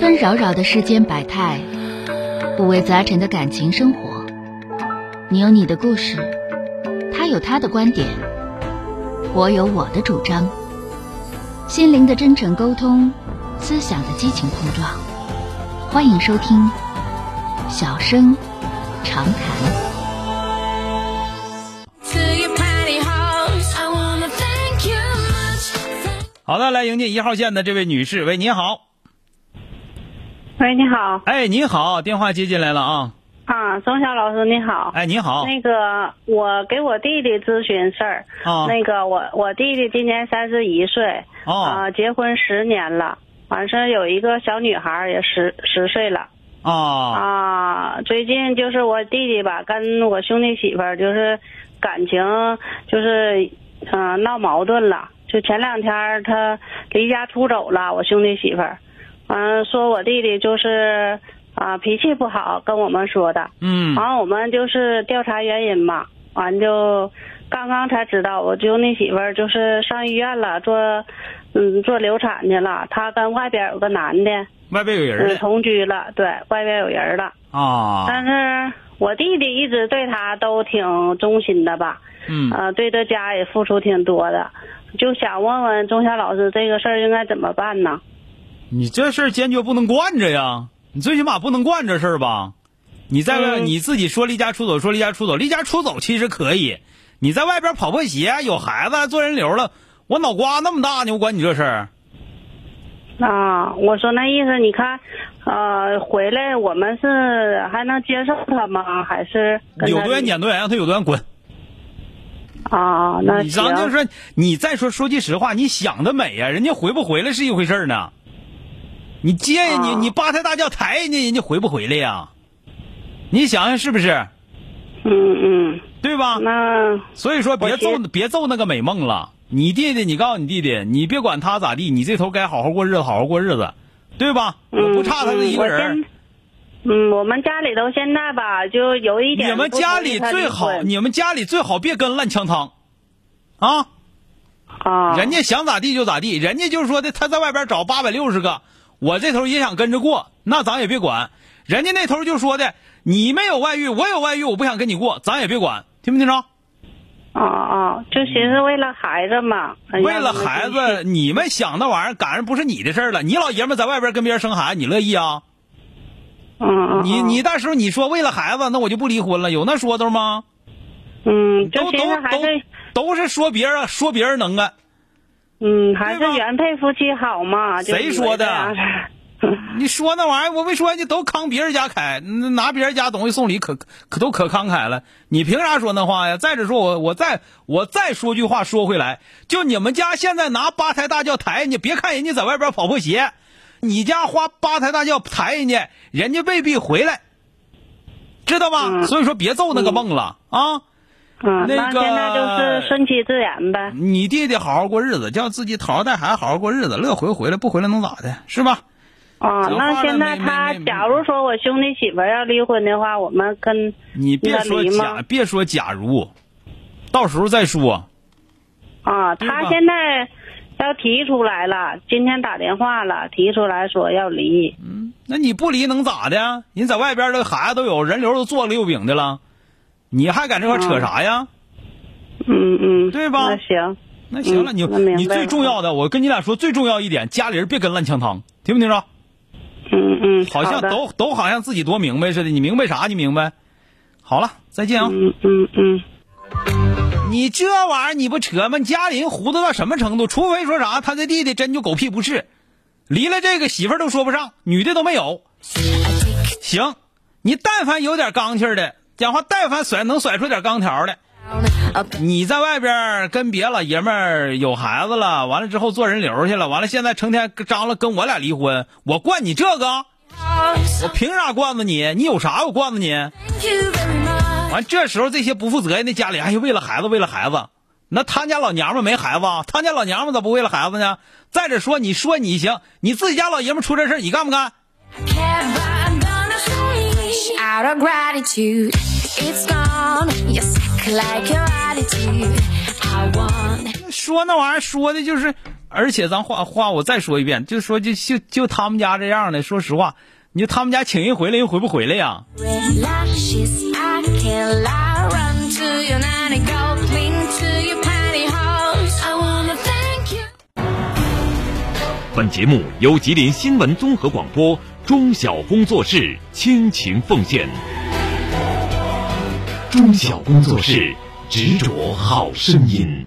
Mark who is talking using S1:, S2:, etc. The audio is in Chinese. S1: 纷扰扰的世间百态，五味杂陈的感情生活。你有你的故事，他有他的观点，我有我的主张。心灵的真诚沟通，思想的激情碰撞。欢迎收听《小声长谈》。
S2: 好的，来迎接一号线的这位女士，喂，你好，
S3: 喂，你好
S2: 哎，你好，电话接进来了啊，
S3: 啊，钟晓老师你好。
S2: 哎，你好，
S3: 那个，我给我弟弟咨询事儿。
S2: 啊，
S3: 那个，我我弟弟今年三十一岁，啊、
S2: 哦，
S3: 结婚十年了，完事儿有一个小女孩儿也十十岁了。
S2: 哦，
S3: 啊，最近就是我弟弟吧，跟我兄弟媳妇儿就是感情就是嗯、呃闹矛盾了。就前两天儿他离家出走了，我兄弟媳妇儿，嗯、说我弟弟就是啊、脾气不好，跟我们说的。
S2: 嗯，
S3: 完了我们就是调查原因嘛，完就刚刚才知道，我兄弟媳妇儿就是上医院了，做嗯做流产去了，她跟外边有个男的
S2: 外边有人
S3: 嗯
S2: 了
S3: 同居了，对外边有人了，
S2: 啊，
S3: 但是。我弟弟一直对她都挺忠心的吧，
S2: 嗯，
S3: 呃，对这家也付出挺多的，就想问问钟晓老师这个事儿应该怎么办呢？
S2: 你这事儿坚决不能惯着呀，你最起码不能惯着事儿吧？你在外、
S3: 嗯
S2: 你自己说离家出走，说离家出走，离家出走其实可以，你在外边跑破鞋，有孩子做人流了，我脑瓜那么大呢，我管你这事儿？
S3: 啊，我说那意思，你看，呃，回来我们是还能接受他吗？还是跟
S2: 有
S3: 他
S2: 多远撵多远，让他有多远滚。
S3: 啊？那
S2: 你
S3: 行
S2: 咱就说，你再说说句实话，你想得美呀、人家回不回来是一回事儿呢。你接人家，
S3: 啊
S2: 你八抬大轿抬人家，人家回不回来呀？你想想是不是？
S3: 嗯
S2: 对吧
S3: 嗯，？那
S2: 所以说别
S3: 我
S2: 揍
S3: 寻
S2: 别揍那个美梦了。你弟弟，你告诉你弟弟，你别管他咋地，你这头该好好过日子，好好过日子，对吧？我
S3: 嗯，
S2: 不差他这一个
S3: 嗯我
S2: 人
S3: 先。嗯，我们家里头现在吧，就有一点
S2: 你们
S3: 不同意
S2: 家里
S3: 他离
S2: 最好，
S3: 婚
S2: 你们家里最好别跟烂枪汤，啊。
S3: 啊，
S2: 人家想咋地就咋地，人家就是说的，他在外边找八百六十个，我这头也想跟着过，那咱也别管。人家那头就说的，你没有外遇，我有外遇，我不想跟你过，咱也别管，听没听着？
S3: 啊啊，就寻思为了孩子嘛，哎
S2: 嗯
S3: 呀
S2: 为了孩，子，你们想那玩意儿，赶上不是你的事儿了。你老爷们儿在外边跟别人生孩子，你乐意啊？
S3: 嗯嗯，嗯
S2: 你你到时候你说为了孩子，那我就不离婚了，有那说头吗？
S3: 嗯，就
S2: 都
S3: 寻思
S2: 都
S3: 还是
S2: 都都是说别人说别人能啊干，
S3: 嗯，还是
S2: 对吧
S3: 原配夫妻好嘛？就
S2: 谁
S3: 以为
S2: 说的
S3: 这样式
S2: 你说那玩意儿，我没说人家都慷别人家开，嗯拿别人家东西送礼可可都可慷慨了，你凭啥说那话呀？再者说我我再我再说句话说回来，就你们家现在拿八抬大轿抬人家，别看人家在外边跑破鞋，你家花八抬大轿抬人家，人家未必回来，知道吧？
S3: 嗯
S2: 所以说别揍那个梦了、啊！
S3: 嗯，
S2: 那
S3: 那
S2: 个
S3: 现在就是顺其自然呗。
S2: 你弟弟好好过日子，叫自己讨好带孩子好好过日子，乐回回来不回来能咋的，是吧？
S3: 啊，
S2: 讲话
S3: 那现在
S2: 了没
S3: 他
S2: 没没
S3: 假如说我兄弟媳妇儿要离婚的话，我们跟
S2: 你别说
S3: 那离
S2: 假，
S3: 吗
S2: 别说假如，到时候再说。
S3: 啊，
S2: 对吧
S3: 他现在要提出来了，今天打电话了，提出来说要离。
S2: 那你不离能咋的？人在外边的孩子都有，人流都做了六饼的了，你还敢这块扯啥呀？
S3: 嗯嗯，
S2: 对吧
S3: 那行，
S2: 那行了，
S3: 嗯
S2: 你
S3: 我明白
S2: 你最重要的，我跟你俩说最重要一点，家里人别跟烂枪汤，听没听着？
S3: 嗯嗯，
S2: 好像
S3: 的，
S2: 都都好像自己多明白似的，你明白啥？你明白？好了，再见啊！
S3: 嗯嗯嗯，
S2: 你这玩意儿你不扯吗？你家里人糊涂到什么程度？除非说啥，他这弟弟真就狗屁不是，离了这个媳妇儿都说不上，女的都没有。行，你但凡有点刚气儿的，讲话但凡甩能甩出点钢条的，你在外边儿跟别老爷们儿有孩子了，完了之后做人流去了，完了现在成天张罗跟我俩离婚，我惯你这个，我凭啥惯着你？你有啥我惯着你？完，这时候这些不负责任的家里，哎呀，为了孩子，为了孩子，那他家老娘们没孩子啊？他家老娘们咋不为了孩子呢？再者说，你说你行，你自己家老爷们出这事儿，你干不干？
S4: Out of gratitude, it's gone. You suck like your attitude. I want.
S2: 说那玩意儿说的就是而且咱话话我再说一遍，就说就就就他们家这样的，说实话，你就他们家请人回来，人回不回来呀、
S4: Lashes, I can't lie. Run to your nanny, go clean to your pantyhose. I wanna thank you.
S5: 本节目由吉林新闻综合广播中小工作室倾情奉献。中小工作室执着好声音。